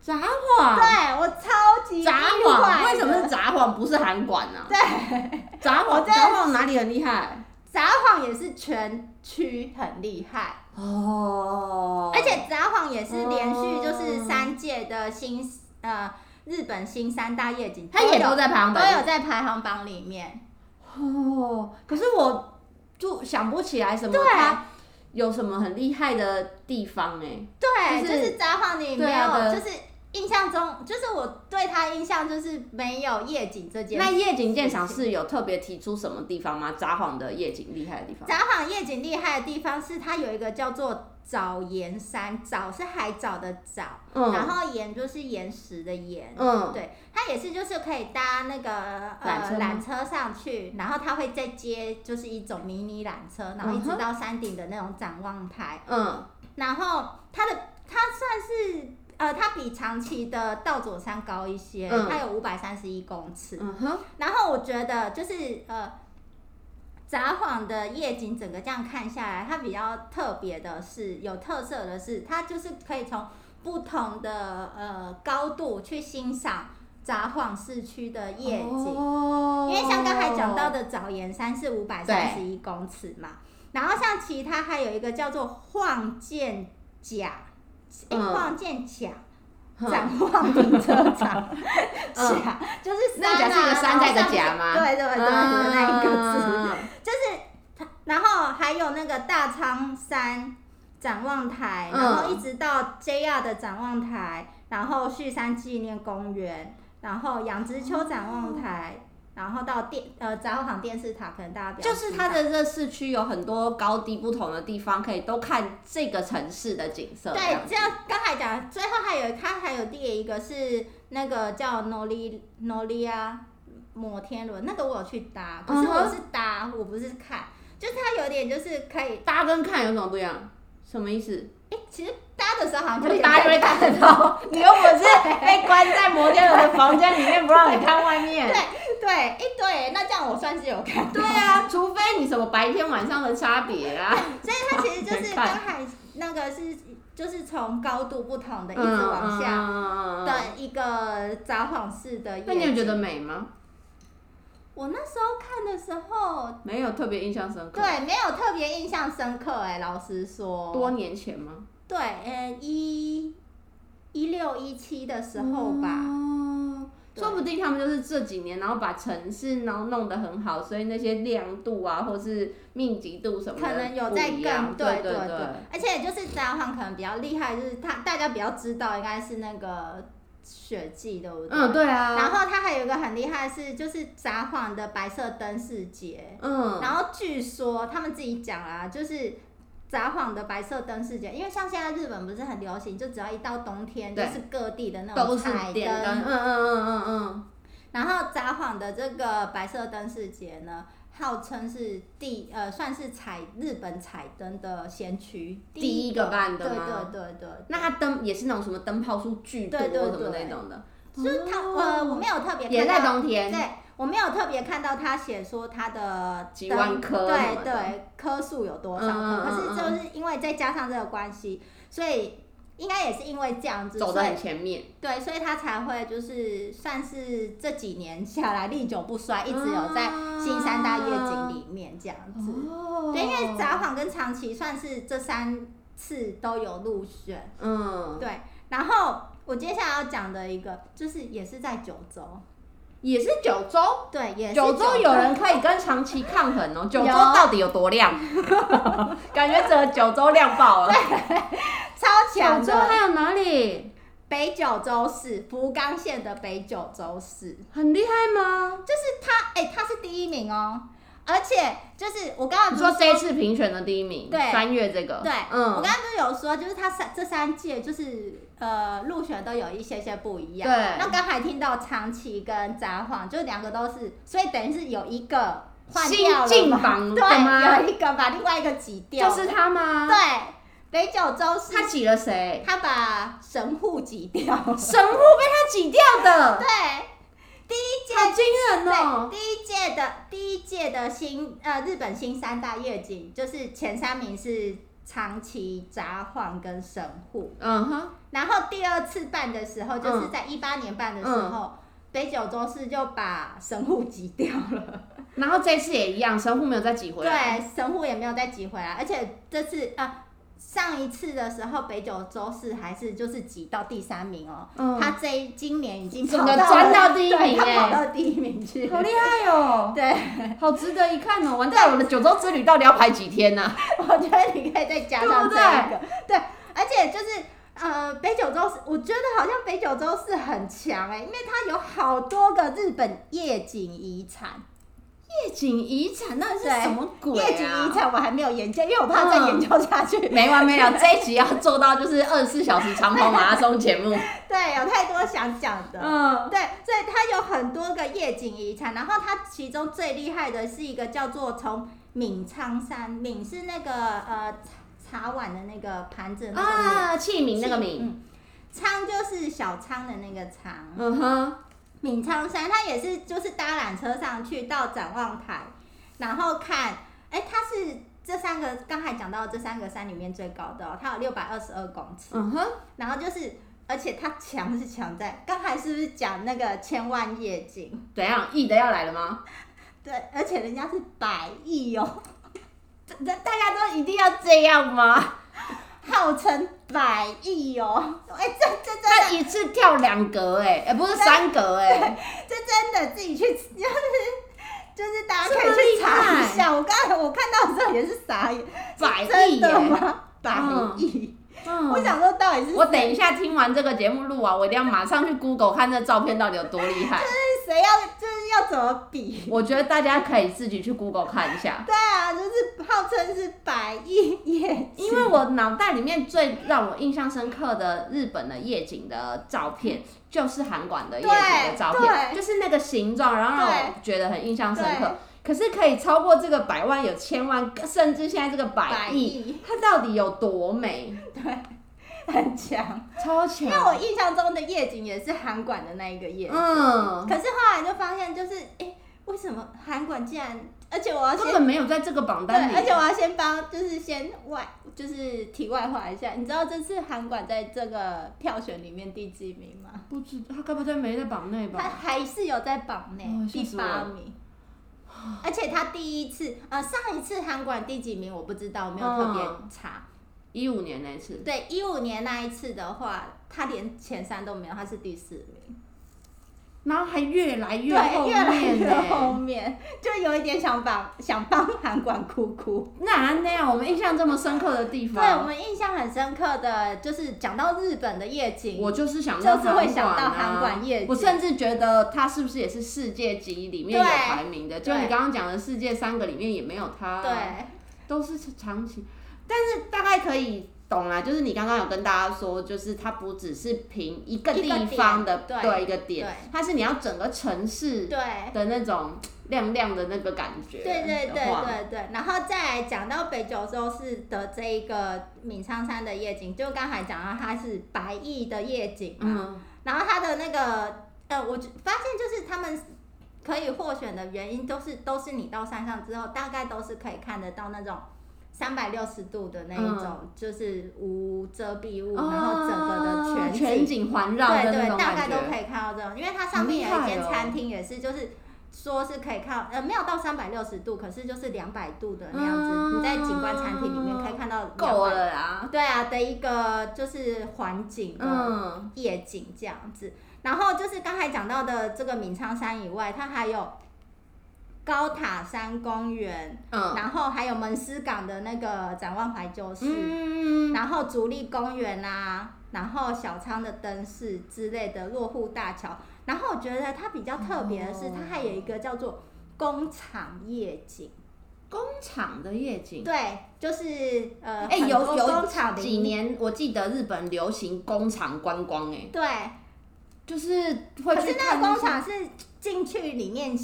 [SPEAKER 1] 札
[SPEAKER 2] 对
[SPEAKER 1] 幌，
[SPEAKER 2] 我超级
[SPEAKER 1] 札
[SPEAKER 2] 意
[SPEAKER 1] 幌，
[SPEAKER 2] 外
[SPEAKER 1] 为什么
[SPEAKER 2] 的
[SPEAKER 1] 是札幌不是韩馆呢？
[SPEAKER 2] 对，
[SPEAKER 1] 札
[SPEAKER 2] 我
[SPEAKER 1] 幌，
[SPEAKER 2] 真的
[SPEAKER 1] 札幌哪里很厉害？
[SPEAKER 2] 札幌也是全区很厉害。
[SPEAKER 1] 哦，
[SPEAKER 2] 而且札幌也是连续就是三届的新、呃日本新三大夜景，
[SPEAKER 1] 他也
[SPEAKER 2] 都
[SPEAKER 1] 都
[SPEAKER 2] 有
[SPEAKER 1] 在排行
[SPEAKER 2] 都
[SPEAKER 1] 榜里
[SPEAKER 2] 有在排行榜里面。
[SPEAKER 1] 哦，可是我就想不起来什么
[SPEAKER 2] 对
[SPEAKER 1] 它有什么很厉害的地方哎、
[SPEAKER 2] 对，
[SPEAKER 1] 就
[SPEAKER 2] 就是是、札幌你没
[SPEAKER 1] 对
[SPEAKER 2] 有，
[SPEAKER 1] 啊对
[SPEAKER 2] 就是印象中就是我对他印象就是没有夜景这件
[SPEAKER 1] 那
[SPEAKER 2] 事。
[SPEAKER 1] 夜景鉴赏是有特别提出什么地方吗？札幌的夜景厉害的地方？
[SPEAKER 2] 札幌夜景厉害的地方是它有一个叫做藻岩山，藻是海藻的藻，然
[SPEAKER 1] 嗯
[SPEAKER 2] 后岩就是岩石的岩。
[SPEAKER 1] 嗯，
[SPEAKER 2] 对，它也是就是可以搭那个
[SPEAKER 1] 缆车
[SPEAKER 2] 呃
[SPEAKER 1] 吗
[SPEAKER 2] 缆车上去，然后它会再接就是一种迷你缆车，然后一
[SPEAKER 1] 嗯
[SPEAKER 2] 直
[SPEAKER 1] 哼
[SPEAKER 2] 到山顶的那种展望台。
[SPEAKER 1] 嗯，
[SPEAKER 2] 然后它的它算是呃，它比长崎的道佐山高一些，
[SPEAKER 1] 嗯
[SPEAKER 2] 它有五百三十一公尺。
[SPEAKER 1] 嗯哼，
[SPEAKER 2] 然后我觉得就是呃，札幌的夜景整个这样看下来，它比较特别的是有特色的是，它就是可以从不同的呃高度去欣赏札幌市区的夜景。
[SPEAKER 1] 哦
[SPEAKER 2] 因为像刚才讲到，的藻岩山是五百三十一公尺嘛，然后像其他还有一个叫做晃见甲，诶
[SPEAKER 1] 嗯
[SPEAKER 2] 晃见甲
[SPEAKER 1] 嗯
[SPEAKER 2] 展望停车 <laughs> 场，
[SPEAKER 1] 嗯
[SPEAKER 2] 甲就是
[SPEAKER 1] 那甲
[SPEAKER 2] 山啊
[SPEAKER 1] 是一个山寨的甲
[SPEAKER 2] 然后上面
[SPEAKER 1] 吗
[SPEAKER 2] 对对对对，那一个字。
[SPEAKER 1] 嗯
[SPEAKER 2] 就是它，然后还有那个大仓山展望台，
[SPEAKER 1] 嗯
[SPEAKER 2] 然后一直到 JR 的展望台，然后旭山纪念公园，然后养殖丘展望台，然后到电呃札幌电视塔，可能大家比较
[SPEAKER 1] 哦就是它的这市区有很多高低不同的地方，可以都看这个城市的景色。这
[SPEAKER 2] 对
[SPEAKER 1] 样，
[SPEAKER 2] 这样刚才讲，最后还有它还有列一个是那个叫 Nori Noria 摩天轮，那个我有去搭，可是
[SPEAKER 1] 嗯哼
[SPEAKER 2] 我是搭，我不是看，就是它有点就是可以
[SPEAKER 1] 搭跟看有什么不一样？什么意思？
[SPEAKER 2] 哎、其实搭的时候好像就
[SPEAKER 1] 不搭就会搭得到，你又不是被关在摩天轮的房间里面，不让你看外面。
[SPEAKER 2] 对，哎、对，那这样我算是有看。
[SPEAKER 1] 对啊，除非你什么白天晚上的差别啊。
[SPEAKER 2] 所以它其实就
[SPEAKER 1] 没 <laughs>
[SPEAKER 2] 是
[SPEAKER 1] 看
[SPEAKER 2] 刚才那个是就是从高度不同的一
[SPEAKER 1] 嗯
[SPEAKER 2] 直往下
[SPEAKER 1] 下。
[SPEAKER 2] 的一个札幌市的夜景。
[SPEAKER 1] 嗯那你有觉得美吗？
[SPEAKER 2] 我那时候看的时候，
[SPEAKER 1] 没有特别印象深刻。，
[SPEAKER 2] 对，没有特别印象深刻、哎，老实说。
[SPEAKER 1] 多年前吗？
[SPEAKER 2] 对，呃，一一六一七的时候吧。
[SPEAKER 1] 哦
[SPEAKER 2] 对
[SPEAKER 1] 说不定他们就是这几年，然后把城市然后弄得很好，所以那些亮度啊，或是密集度什么的
[SPEAKER 2] 可能有
[SPEAKER 1] 不
[SPEAKER 2] 在
[SPEAKER 1] 一
[SPEAKER 2] 更
[SPEAKER 1] 样
[SPEAKER 2] 对
[SPEAKER 1] 对
[SPEAKER 2] 对，而且就是札幌可能比较厉害，就是他大家比较知道应该是那个雪季，对不对？
[SPEAKER 1] 嗯，对啊，
[SPEAKER 2] 然后它还有一个很厉害的是，就是札幌的白色灯饰节，
[SPEAKER 1] 嗯，
[SPEAKER 2] 然后据说他们自己讲啦、就是札幌的白色灯饰节，因为像现在日本不是很流行，就只要一到冬天，就
[SPEAKER 1] 对
[SPEAKER 2] 是各地的那
[SPEAKER 1] 都
[SPEAKER 2] 种
[SPEAKER 1] 是
[SPEAKER 2] 彩
[SPEAKER 1] 点灯，嗯嗯嗯嗯嗯，
[SPEAKER 2] 然后札幌的这个白色灯饰节呢，号称是第呃算是彩日本彩灯的先驱，
[SPEAKER 1] 第一个办的吗
[SPEAKER 2] 对对对
[SPEAKER 1] 那它灯也是那种什么灯泡数巨多
[SPEAKER 2] 对对
[SPEAKER 1] 什么
[SPEAKER 2] 对
[SPEAKER 1] 那种的，
[SPEAKER 2] 对，就是它、
[SPEAKER 1] 哦
[SPEAKER 2] 呃我没有特别
[SPEAKER 1] 也
[SPEAKER 2] 看
[SPEAKER 1] 在
[SPEAKER 2] 到，
[SPEAKER 1] 冬天，
[SPEAKER 2] 对我没有特别看到他写说他的
[SPEAKER 1] 几
[SPEAKER 2] 灯
[SPEAKER 1] 万颗什
[SPEAKER 2] 对
[SPEAKER 1] 么的
[SPEAKER 2] 对颗数有多少颗，
[SPEAKER 1] 嗯嗯嗯嗯
[SPEAKER 2] 可是就是因为再加上这个关系，所以应该也是因为这样子，
[SPEAKER 1] 走
[SPEAKER 2] 所
[SPEAKER 1] 得
[SPEAKER 2] 以
[SPEAKER 1] 很前面，
[SPEAKER 2] 对，所以他才会就是算是这几年下来历久不衰，一直有在新三大夜景里面这样子。
[SPEAKER 1] 哦
[SPEAKER 2] 对，因为札幌跟长崎算是这三次都有入选。
[SPEAKER 1] 嗯，
[SPEAKER 2] 对，然后我接下来要讲的一个就是也是在九州，
[SPEAKER 1] 也是九州，
[SPEAKER 2] 对，也是
[SPEAKER 1] 九州有人可以跟长崎抗衡哦。九州到底有多 <laughs> 亮？感觉整个九州亮爆了。
[SPEAKER 2] 超强
[SPEAKER 1] 九州
[SPEAKER 2] 的
[SPEAKER 1] 还有哪里
[SPEAKER 2] 北九州市福冈县的北九州市。
[SPEAKER 1] 很厉害吗？
[SPEAKER 2] 就是他，哎、他是第一名哦，而且就是我刚刚
[SPEAKER 1] 你
[SPEAKER 2] 不
[SPEAKER 1] 说
[SPEAKER 2] 是
[SPEAKER 1] 这一次评选的第一名，
[SPEAKER 2] 对
[SPEAKER 1] 三月这个，
[SPEAKER 2] 对，我
[SPEAKER 1] 嗯
[SPEAKER 2] 刚，刚就有说，就是他三这三届就是呃入选都有一些些不一
[SPEAKER 1] 对，
[SPEAKER 2] 样。那刚才听到长崎跟札幌，就两个都是，所以等于是有一个换掉
[SPEAKER 1] 新
[SPEAKER 2] 了
[SPEAKER 1] 进
[SPEAKER 2] 嘛，
[SPEAKER 1] 榜的吗？
[SPEAKER 2] 对，有一个把另外一个挤掉
[SPEAKER 1] 就
[SPEAKER 2] 了，
[SPEAKER 1] 是他吗？
[SPEAKER 2] 对，北九州是
[SPEAKER 1] 啊他挤了谁？
[SPEAKER 2] 他把神户挤
[SPEAKER 1] <laughs>
[SPEAKER 2] 掉了，
[SPEAKER 1] 神户被他挤掉的，
[SPEAKER 2] 对，第一届
[SPEAKER 1] 好惊人
[SPEAKER 2] 对，
[SPEAKER 1] 哦！
[SPEAKER 2] 第一届的第一届的新呃日本新三大夜景，就是前三名是长崎、札幌跟神户。
[SPEAKER 1] 嗯哼，
[SPEAKER 2] 然后第二次办的时候，
[SPEAKER 1] 嗯
[SPEAKER 2] 就是在一八年办的时候，北九州市就把神户挤掉了。
[SPEAKER 1] 然后这次也一样，神户没有再挤回来。
[SPEAKER 2] 对，神户也没有再挤回来，而且这次啊、上一次的时候，北九州市还是就是挤到第三名哦。
[SPEAKER 1] 嗯
[SPEAKER 2] 他这一今年已经
[SPEAKER 1] 整
[SPEAKER 2] 跑
[SPEAKER 1] 个
[SPEAKER 2] 到
[SPEAKER 1] 钻到
[SPEAKER 2] 了
[SPEAKER 1] 第一
[SPEAKER 2] 对
[SPEAKER 1] 名
[SPEAKER 2] 他跑
[SPEAKER 1] 哎
[SPEAKER 2] 到第一名去了。
[SPEAKER 1] 好厉害哦！
[SPEAKER 2] 对，
[SPEAKER 1] <laughs> 好值得一看哦！完蛋了，我的九州之旅到底要排几天呢、
[SPEAKER 2] 我觉得你可以再加上这一个，对而且就是呃，北九州市，我觉得好像北九州市很强哎、因为它有好多个日本夜景遗产，
[SPEAKER 1] 夜景遗产那是
[SPEAKER 2] 对
[SPEAKER 1] 什么鬼、啊、嗯
[SPEAKER 2] 夜景遗产我还没有研究，因为我怕再研究下
[SPEAKER 1] <laughs>
[SPEAKER 2] 去，
[SPEAKER 1] 没完没了，这一集要做到就是二十四小时长跑马拉松节目。
[SPEAKER 2] 对，有太多想讲的。
[SPEAKER 1] <laughs> 嗯，
[SPEAKER 2] 对，所以它有很多个夜景遗产，然后它其中最厉害的是一个叫做从闵苍山，闵是那个呃茶茶碗的那个盘子的那个闵，
[SPEAKER 1] 啊，器皿那个皿，
[SPEAKER 2] 嗯，苍就是小苍的那个苍，
[SPEAKER 1] 嗯哼，
[SPEAKER 2] 闵苍山，它也是就是搭缆车上去到展望台，然后看，哎，它是这三个刚才讲到这三个山里面最高的、哦，它有六百二十二公尺，
[SPEAKER 1] 嗯哼，
[SPEAKER 2] 然后就是，而且它强是强在，刚才是不是讲那个千万夜景？
[SPEAKER 1] 怎样？易的要来了吗？
[SPEAKER 2] 对，而且人家是百亿哦，
[SPEAKER 1] 大大家都一定要这样吗？
[SPEAKER 2] 号称百亿哦，哎，这这真
[SPEAKER 1] 他一次跳两格哎、哎、不是三格哎、
[SPEAKER 2] 这真的自己去，就是就是大家可
[SPEAKER 1] 这么
[SPEAKER 2] 以去
[SPEAKER 1] 厉
[SPEAKER 2] 查一
[SPEAKER 1] 害
[SPEAKER 2] 下。我刚才我看到的时候也是傻眼，是
[SPEAKER 1] 百
[SPEAKER 2] 真
[SPEAKER 1] 亿耶、
[SPEAKER 2] 的吗？百亿，
[SPEAKER 1] 嗯
[SPEAKER 2] 我想说到底是
[SPEAKER 1] 我等一下听完这个节目录啊完，我一定要马上去 Google 看这照片到底有多厉害。
[SPEAKER 2] 谁要就是要怎么比？
[SPEAKER 1] 我觉得大家可以自己去 Google 看一下，
[SPEAKER 2] 对啊，就是号称是百亿夜景，
[SPEAKER 1] 因为我脑袋里面最让我印象深刻的日本的夜景的照片，就是韩馆的夜景的照
[SPEAKER 2] 对
[SPEAKER 1] 片，
[SPEAKER 2] 对
[SPEAKER 1] 就是那个形状，然后让我觉得很印象深刻可
[SPEAKER 2] 对。
[SPEAKER 1] 是可以超过这个百万，有千万，甚至现在这个百亿，
[SPEAKER 2] 亿
[SPEAKER 1] 它到底有多美？
[SPEAKER 2] 很强。
[SPEAKER 1] 超
[SPEAKER 2] 因为我
[SPEAKER 1] 强！
[SPEAKER 2] 印象中的夜景也是韩馆的那一个夜景，
[SPEAKER 1] 嗯，
[SPEAKER 2] 可是后来就发现就是，哎、为什么韩馆竟然？而且我要先
[SPEAKER 1] 根本没有在这个榜
[SPEAKER 2] 对
[SPEAKER 1] 单，里。
[SPEAKER 2] 而且我要先帮，就是先外，就是题外话一下，你知道这次韩馆在这个票选里面第几名吗？
[SPEAKER 1] 不知他该不会没在榜内
[SPEAKER 2] 它
[SPEAKER 1] 吧？
[SPEAKER 2] 还是有在榜内、
[SPEAKER 1] 哦
[SPEAKER 2] 第
[SPEAKER 1] 吓死我
[SPEAKER 2] 八
[SPEAKER 1] 了
[SPEAKER 2] 名，而且它第一次，呃，上一次韩馆第几名我不知道，我没有特别
[SPEAKER 1] 嗯
[SPEAKER 2] 查。
[SPEAKER 1] 一五年那一次，
[SPEAKER 2] 对，一五年那一次的话，它连前三都没有，它是第四名。
[SPEAKER 1] 然后还越来
[SPEAKER 2] 对，
[SPEAKER 1] 越后
[SPEAKER 2] 越来
[SPEAKER 1] 面
[SPEAKER 2] 越
[SPEAKER 1] 呢、
[SPEAKER 2] 后面，就有一点想把想帮韩馆哭哭。
[SPEAKER 1] 那那样我们印象这么深刻的地
[SPEAKER 2] 对我
[SPEAKER 1] 方，
[SPEAKER 2] 们印象很深刻的就是讲到日本的夜景，
[SPEAKER 1] 我就是想
[SPEAKER 2] 就
[SPEAKER 1] 到
[SPEAKER 2] 是会
[SPEAKER 1] 韩
[SPEAKER 2] 想
[SPEAKER 1] 馆
[SPEAKER 2] 到
[SPEAKER 1] 啊
[SPEAKER 2] 韩馆夜景。
[SPEAKER 1] 我甚至觉得它是不是也是世界级里面有
[SPEAKER 2] 对
[SPEAKER 1] 排名的？就
[SPEAKER 2] 对
[SPEAKER 1] 你刚刚讲的世界三个里面也没有它、啊，
[SPEAKER 2] 对，
[SPEAKER 1] 都是长期，但是大概可以懂啦。就是你刚刚有跟大家说，就是它不只是凭一个
[SPEAKER 2] 一个
[SPEAKER 1] 地方的
[SPEAKER 2] 点对
[SPEAKER 1] 一个点
[SPEAKER 2] 对，
[SPEAKER 1] 它是你要整个城市
[SPEAKER 2] 对，
[SPEAKER 1] 的那种亮亮的那个感觉
[SPEAKER 2] 对对对
[SPEAKER 1] 的话
[SPEAKER 2] 对对，然后再来讲到北九州市的这一个闵苍山的夜景，就刚才讲到它是白翼的夜景嘛，
[SPEAKER 1] 嗯，
[SPEAKER 2] 然后它的那个呃，我就发现就是他们可以获选的原因，都是都是你到山上之后，大概都是可以看得到那种三百六十度的那
[SPEAKER 1] 嗯
[SPEAKER 2] 一种，就是无遮蔽物，然后整个的
[SPEAKER 1] 哦
[SPEAKER 2] 全
[SPEAKER 1] 全景环绕的
[SPEAKER 2] 对
[SPEAKER 1] 那
[SPEAKER 2] 对，
[SPEAKER 1] 种
[SPEAKER 2] 大概
[SPEAKER 1] 感
[SPEAKER 2] 都
[SPEAKER 1] 觉。
[SPEAKER 2] 可以看到这种，因为它上面有一间
[SPEAKER 1] 很厉害哦
[SPEAKER 2] 餐厅也是，就是说是可以看到，呃，没有到三百六十度，可是就是两百度的那样子，
[SPEAKER 1] 嗯
[SPEAKER 2] 你在景观餐厅里面可以看到200
[SPEAKER 1] 够。了啦，
[SPEAKER 2] 对啊，的一个就是环境的
[SPEAKER 1] 嗯，
[SPEAKER 2] 夜景这样子。然后就是刚才讲到的这个闵苍山以外，它还有高塔山公园，
[SPEAKER 1] 嗯
[SPEAKER 2] 然后还有门司港的那个展望怀旧室，
[SPEAKER 1] 嗯，
[SPEAKER 2] 然后竹立公园啊，然后小仓的灯饰之类的落户大桥。然后我觉得它比较特别的是，
[SPEAKER 1] 哦
[SPEAKER 2] 它还有一个叫做工厂夜景。
[SPEAKER 1] 工厂的夜景。
[SPEAKER 2] 对，就是
[SPEAKER 1] 嗯
[SPEAKER 2] 呃，
[SPEAKER 1] 哎、
[SPEAKER 2] 很
[SPEAKER 1] 有
[SPEAKER 2] 多
[SPEAKER 1] 有
[SPEAKER 2] 工厂的
[SPEAKER 1] 几年，我记得日本流行工厂观光、哎，
[SPEAKER 2] 对，
[SPEAKER 1] 就是会
[SPEAKER 2] 可
[SPEAKER 1] 去
[SPEAKER 2] 是那
[SPEAKER 1] 看
[SPEAKER 2] 个
[SPEAKER 1] 那
[SPEAKER 2] 工
[SPEAKER 1] 些
[SPEAKER 2] 厂是进去里面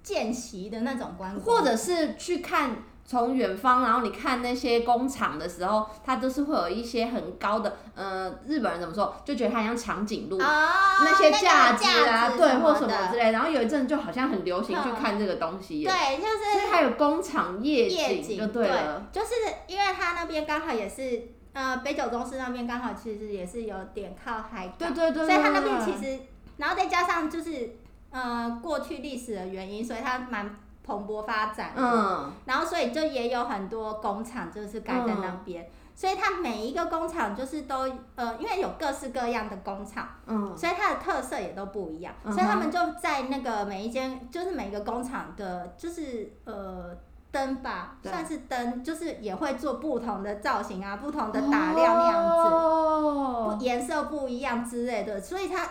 [SPEAKER 2] 见习的那种观光，
[SPEAKER 1] 或者是去看从远方，然后你看那些工厂的时候，它都是会有一些很高的，呃，日本人怎么说，就觉得它很像长颈鹿。
[SPEAKER 2] 啊、
[SPEAKER 1] 那些
[SPEAKER 2] 个
[SPEAKER 1] 架
[SPEAKER 2] 子
[SPEAKER 1] 啊，
[SPEAKER 2] 什
[SPEAKER 1] 对，或
[SPEAKER 2] 么
[SPEAKER 1] 什么之
[SPEAKER 2] 的，嗯
[SPEAKER 1] 类，然后有一阵就好像很流行去看这个东西耶，
[SPEAKER 2] 对，就
[SPEAKER 1] 所以
[SPEAKER 2] 是
[SPEAKER 1] 还有工厂夜
[SPEAKER 2] 夜
[SPEAKER 1] 景就
[SPEAKER 2] 景，
[SPEAKER 1] 对了，
[SPEAKER 2] 就是因为它那边刚好也是，呃，北九州市那边刚好其实也是有点靠海港，
[SPEAKER 1] 对对对，
[SPEAKER 2] 所以它那
[SPEAKER 1] 对
[SPEAKER 2] 边
[SPEAKER 1] 对
[SPEAKER 2] 其实，然后再加上就是呃过去历史的原因，所以它蛮蓬勃发展的，
[SPEAKER 1] 嗯，
[SPEAKER 2] 然后所以就也有很多工厂就是盖在
[SPEAKER 1] 嗯
[SPEAKER 2] 那边。所以它每一个工厂就是都呃，因为有各式各样的工厂，
[SPEAKER 1] 嗯，
[SPEAKER 2] 所以它的特色也都不一样。
[SPEAKER 1] 嗯哼
[SPEAKER 2] 所以他们就在那个每一间，就是每一个工厂的，就是呃灯吧，
[SPEAKER 1] 对
[SPEAKER 2] 算是灯，就是也会做不同的造型啊，不同的打亮那样子。
[SPEAKER 1] 哦
[SPEAKER 2] 不颜色不一样之类的，所以它，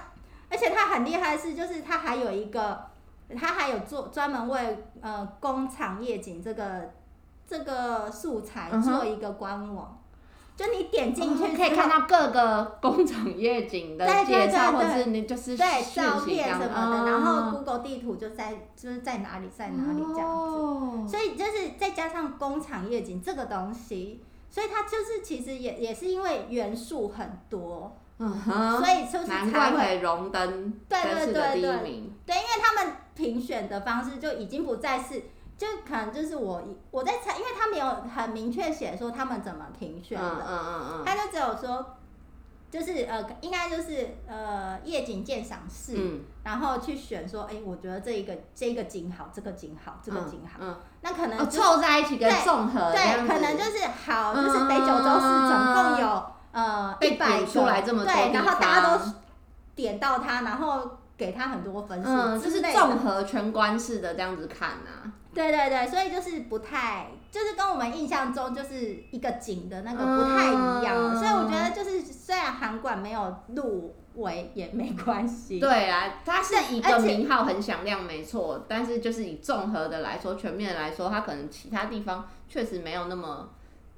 [SPEAKER 2] 而且它很厉害的是，就是它还有一个，它还有做专门为呃工厂夜景这个这个素材
[SPEAKER 1] 嗯哼
[SPEAKER 2] 做一个官网，就你点进去、
[SPEAKER 1] 哦可以看。到各个工厂夜景的
[SPEAKER 2] 对对
[SPEAKER 1] 介绍，
[SPEAKER 2] 对
[SPEAKER 1] 或
[SPEAKER 2] 对
[SPEAKER 1] 者是你就是
[SPEAKER 2] 对
[SPEAKER 1] 讯息
[SPEAKER 2] 照片
[SPEAKER 1] 这样
[SPEAKER 2] 什么
[SPEAKER 1] 哦
[SPEAKER 2] 的，然后 Google 地图就在就是在哪里在哪里这样子，
[SPEAKER 1] 哦
[SPEAKER 2] 所以就是再加上工厂夜景这个东西，所以它就是其实也也是因为元素很多，
[SPEAKER 1] 嗯哼，
[SPEAKER 2] 所以就是
[SPEAKER 1] 难怪
[SPEAKER 2] 才会
[SPEAKER 1] 会荣登
[SPEAKER 2] 对对
[SPEAKER 1] 这次的第
[SPEAKER 2] 对
[SPEAKER 1] 一
[SPEAKER 2] 对
[SPEAKER 1] 名。
[SPEAKER 2] 对，因为他们评选的方式就已经不再是，就可能就是我我在猜，因为他没有很明确写说他们怎么评选
[SPEAKER 1] 嗯
[SPEAKER 2] 的，
[SPEAKER 1] 嗯嗯嗯
[SPEAKER 2] 他就只有说，就是呃，应该就是呃夜景鉴赏室，
[SPEAKER 1] 嗯，
[SPEAKER 2] 然后去选说，哎，我觉得这一个这一个景好，这个景好，这个景好，
[SPEAKER 1] 嗯，
[SPEAKER 2] 那可
[SPEAKER 1] 嗯
[SPEAKER 2] 能
[SPEAKER 1] 哦，
[SPEAKER 2] 就、
[SPEAKER 1] 凑在一起跟
[SPEAKER 2] 对
[SPEAKER 1] 综合这样
[SPEAKER 2] 对，
[SPEAKER 1] 子，
[SPEAKER 2] 可能就是好，
[SPEAKER 1] 嗯
[SPEAKER 2] 就是北九州市总共有呃一
[SPEAKER 1] 被
[SPEAKER 2] 百
[SPEAKER 1] 点出来这么多
[SPEAKER 2] 对，然后
[SPEAKER 1] 地
[SPEAKER 2] 大家
[SPEAKER 1] 方
[SPEAKER 2] 都点到它，然后给它很多分数之类的，
[SPEAKER 1] 嗯，就是综合全观式的这样子看啊呐。
[SPEAKER 2] 对对对，所以就是不太，就是跟我们印象中就是一个景的那个不太一样，
[SPEAKER 1] 嗯
[SPEAKER 2] 所以我觉得就是虽然韩馆没有入围也没关系。
[SPEAKER 1] 对啊，它是一个
[SPEAKER 2] 而且
[SPEAKER 1] 名号很响亮，没错，但是就是以综合的来说，全面来说，它可能其他地方确实没有那么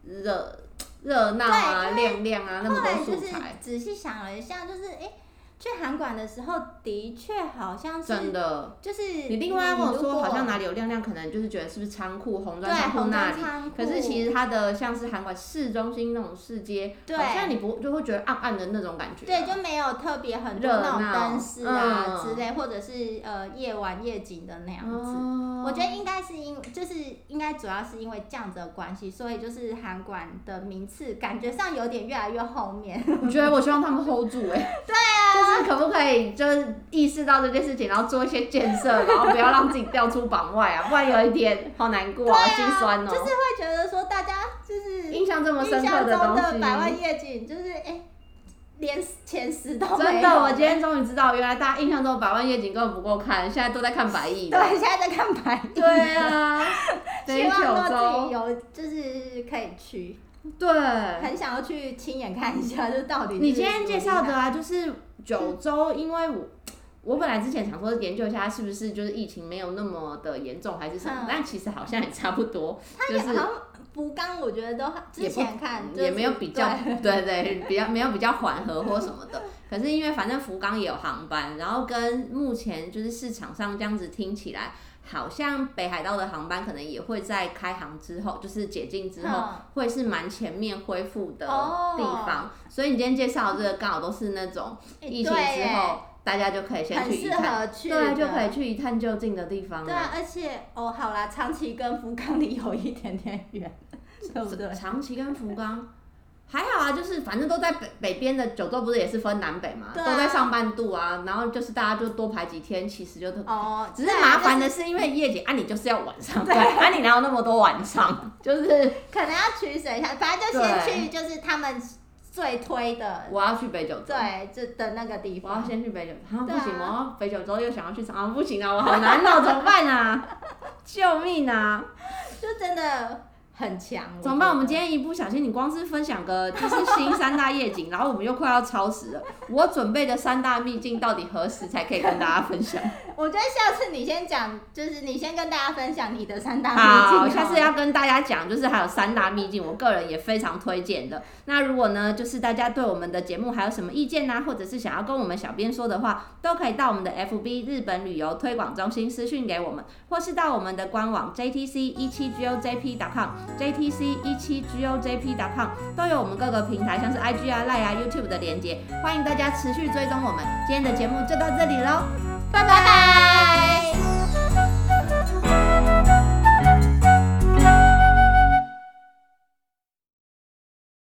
[SPEAKER 1] 热热闹啊、
[SPEAKER 2] 对
[SPEAKER 1] 亮亮啊，那么
[SPEAKER 2] 后
[SPEAKER 1] 多
[SPEAKER 2] 来就
[SPEAKER 1] 素
[SPEAKER 2] 是
[SPEAKER 1] 材，
[SPEAKER 2] 仔细想了一下，就是哎、诶去韩馆的时候的确好像
[SPEAKER 1] 真
[SPEAKER 2] 是，
[SPEAKER 1] 的。
[SPEAKER 2] 就是
[SPEAKER 1] 你另外跟我
[SPEAKER 2] 如
[SPEAKER 1] 说
[SPEAKER 2] 果
[SPEAKER 1] 好像哪里有亮亮，可能就是觉得是不是仓库、红砖
[SPEAKER 2] 对
[SPEAKER 1] 仓库
[SPEAKER 2] 红
[SPEAKER 1] 那
[SPEAKER 2] 砖
[SPEAKER 1] 里。
[SPEAKER 2] 仓库，
[SPEAKER 1] 可是其实它的像是韩馆市中心那种市街，
[SPEAKER 2] 对
[SPEAKER 1] 好像你不就会觉得暗暗的那种感觉、啊
[SPEAKER 2] 对，就没有特别很多
[SPEAKER 1] 热
[SPEAKER 2] 那种
[SPEAKER 1] 闹
[SPEAKER 2] 灯饰啊、
[SPEAKER 1] 嗯
[SPEAKER 2] 之类，或者是呃夜晚夜景的那样子。
[SPEAKER 1] 哦
[SPEAKER 2] 我觉得应该是因，就是应该主要是因为这样子的关系，所以就是韩馆的名次感觉上有点越来越后面。
[SPEAKER 1] 我觉得我希望他们 hold 住哎、
[SPEAKER 2] <laughs>
[SPEAKER 1] 对啊，就是可不可以就是意识到这件事情，然后做一些建设，然后不要让自己掉出榜外啊，不然有一天好难过啊，心酸哦、
[SPEAKER 2] 就是会觉得说大家就是
[SPEAKER 1] 印象这么深
[SPEAKER 2] 印
[SPEAKER 1] 刻
[SPEAKER 2] 象中
[SPEAKER 1] 东
[SPEAKER 2] 的
[SPEAKER 1] 西，
[SPEAKER 2] 百万夜景，就是哎、连前十都没有。
[SPEAKER 1] 真的，我今天终于知道，原来大家印象中百万夜景根本不够看，现在都在看百亿。
[SPEAKER 2] 对，现在在看白蚁。
[SPEAKER 1] 对啊， <laughs> 等于
[SPEAKER 2] 希
[SPEAKER 1] 九
[SPEAKER 2] 望说自己
[SPEAKER 1] 州，
[SPEAKER 2] 有就是可以去，
[SPEAKER 1] 对。
[SPEAKER 2] 很想要去亲眼看一下，就到底是
[SPEAKER 1] 你今天介绍
[SPEAKER 2] 怎么
[SPEAKER 1] 的
[SPEAKER 2] 样
[SPEAKER 1] 啊，就是九州，因为我我本来之前想说研究一下它是不是就是疫情没有那么的严重还是什么，
[SPEAKER 2] 嗯
[SPEAKER 1] 但其实好像也差不多，
[SPEAKER 2] 它
[SPEAKER 1] 就
[SPEAKER 2] 也
[SPEAKER 1] 是
[SPEAKER 2] 好像福冈，我觉得都之前看就是
[SPEAKER 1] 也没有比较
[SPEAKER 2] 对，
[SPEAKER 1] 对对，比较没有比较缓和或什么的。可是因为反正福冈也有航班，然后跟目前就是市场上这样子听起来，好像北海道的航班可能也会在开航之后，就是解禁之后，
[SPEAKER 2] 嗯
[SPEAKER 1] 会是蛮前面恢复的地
[SPEAKER 2] 哦
[SPEAKER 1] 方。所以你今天介绍的这个刚好都是那种
[SPEAKER 2] 诶
[SPEAKER 1] 疫情
[SPEAKER 2] 哎对
[SPEAKER 1] 之
[SPEAKER 2] 耶
[SPEAKER 1] 后，大家就可以先
[SPEAKER 2] 很
[SPEAKER 1] 去一
[SPEAKER 2] 适
[SPEAKER 1] 探，
[SPEAKER 2] 合去，
[SPEAKER 1] 对，啊就可以。去一探究竟的地方
[SPEAKER 2] 对
[SPEAKER 1] 了。
[SPEAKER 2] 啊，而且哦，好啦，长崎跟福冈离有一点点远，对
[SPEAKER 1] <laughs>
[SPEAKER 2] 不对？
[SPEAKER 1] 长崎跟福冈还好啊，就是反正都在北北边的九州，不是也是分南北嘛，
[SPEAKER 2] 对啊
[SPEAKER 1] 都在上半度啊。然后就是大家就多排几天，其实就都。
[SPEAKER 2] 哦，
[SPEAKER 1] 只是麻烦
[SPEAKER 2] 对
[SPEAKER 1] 的
[SPEAKER 2] 啊
[SPEAKER 1] 是，因为夜景啊，你就是要晚上，对，啊，你哪有那么多晚上？ <laughs> 就是
[SPEAKER 2] 就是可能要取舍一下，反正就先去就是他们最推的，
[SPEAKER 1] 我要去北九州，
[SPEAKER 2] 对，就的那个地
[SPEAKER 1] 我要
[SPEAKER 2] 方。
[SPEAKER 1] 先去北九州，啊不
[SPEAKER 2] 对啊
[SPEAKER 1] 行，我要北九州又想要去长啊不行啊，我好难哦，怎么办啊？ <laughs> 救命啊！
[SPEAKER 2] 就真的很强。
[SPEAKER 1] 怎么办？我们
[SPEAKER 2] 觉
[SPEAKER 1] 今天一不小心，你光是分享个就是新三大夜景，然后我们又快要超时了。我准备的三大秘境到底何时才可以跟大家分享？
[SPEAKER 2] 得我觉得下次你先讲，就是你先跟大家分享你的三大秘境
[SPEAKER 1] 好，
[SPEAKER 2] 了。
[SPEAKER 1] 下次要跟大家讲，就是还有三大秘境，我个人也非常推荐的。那如果呢，就是大家对我们的节目还有什么意见呐、啊或者是想要跟我们小编说的话，都可以到我们的 FB 日本旅游推广中心私讯给我们，或是到我们的官网 JTC 一七 GOJP.com、JTC 一七 GOJP.com 都有我们各个平台，像是 IG 啊、Line 啊、YouTube 的连接，欢迎大家持续追踪我们。今天的节目就到这里喽，
[SPEAKER 2] 拜拜。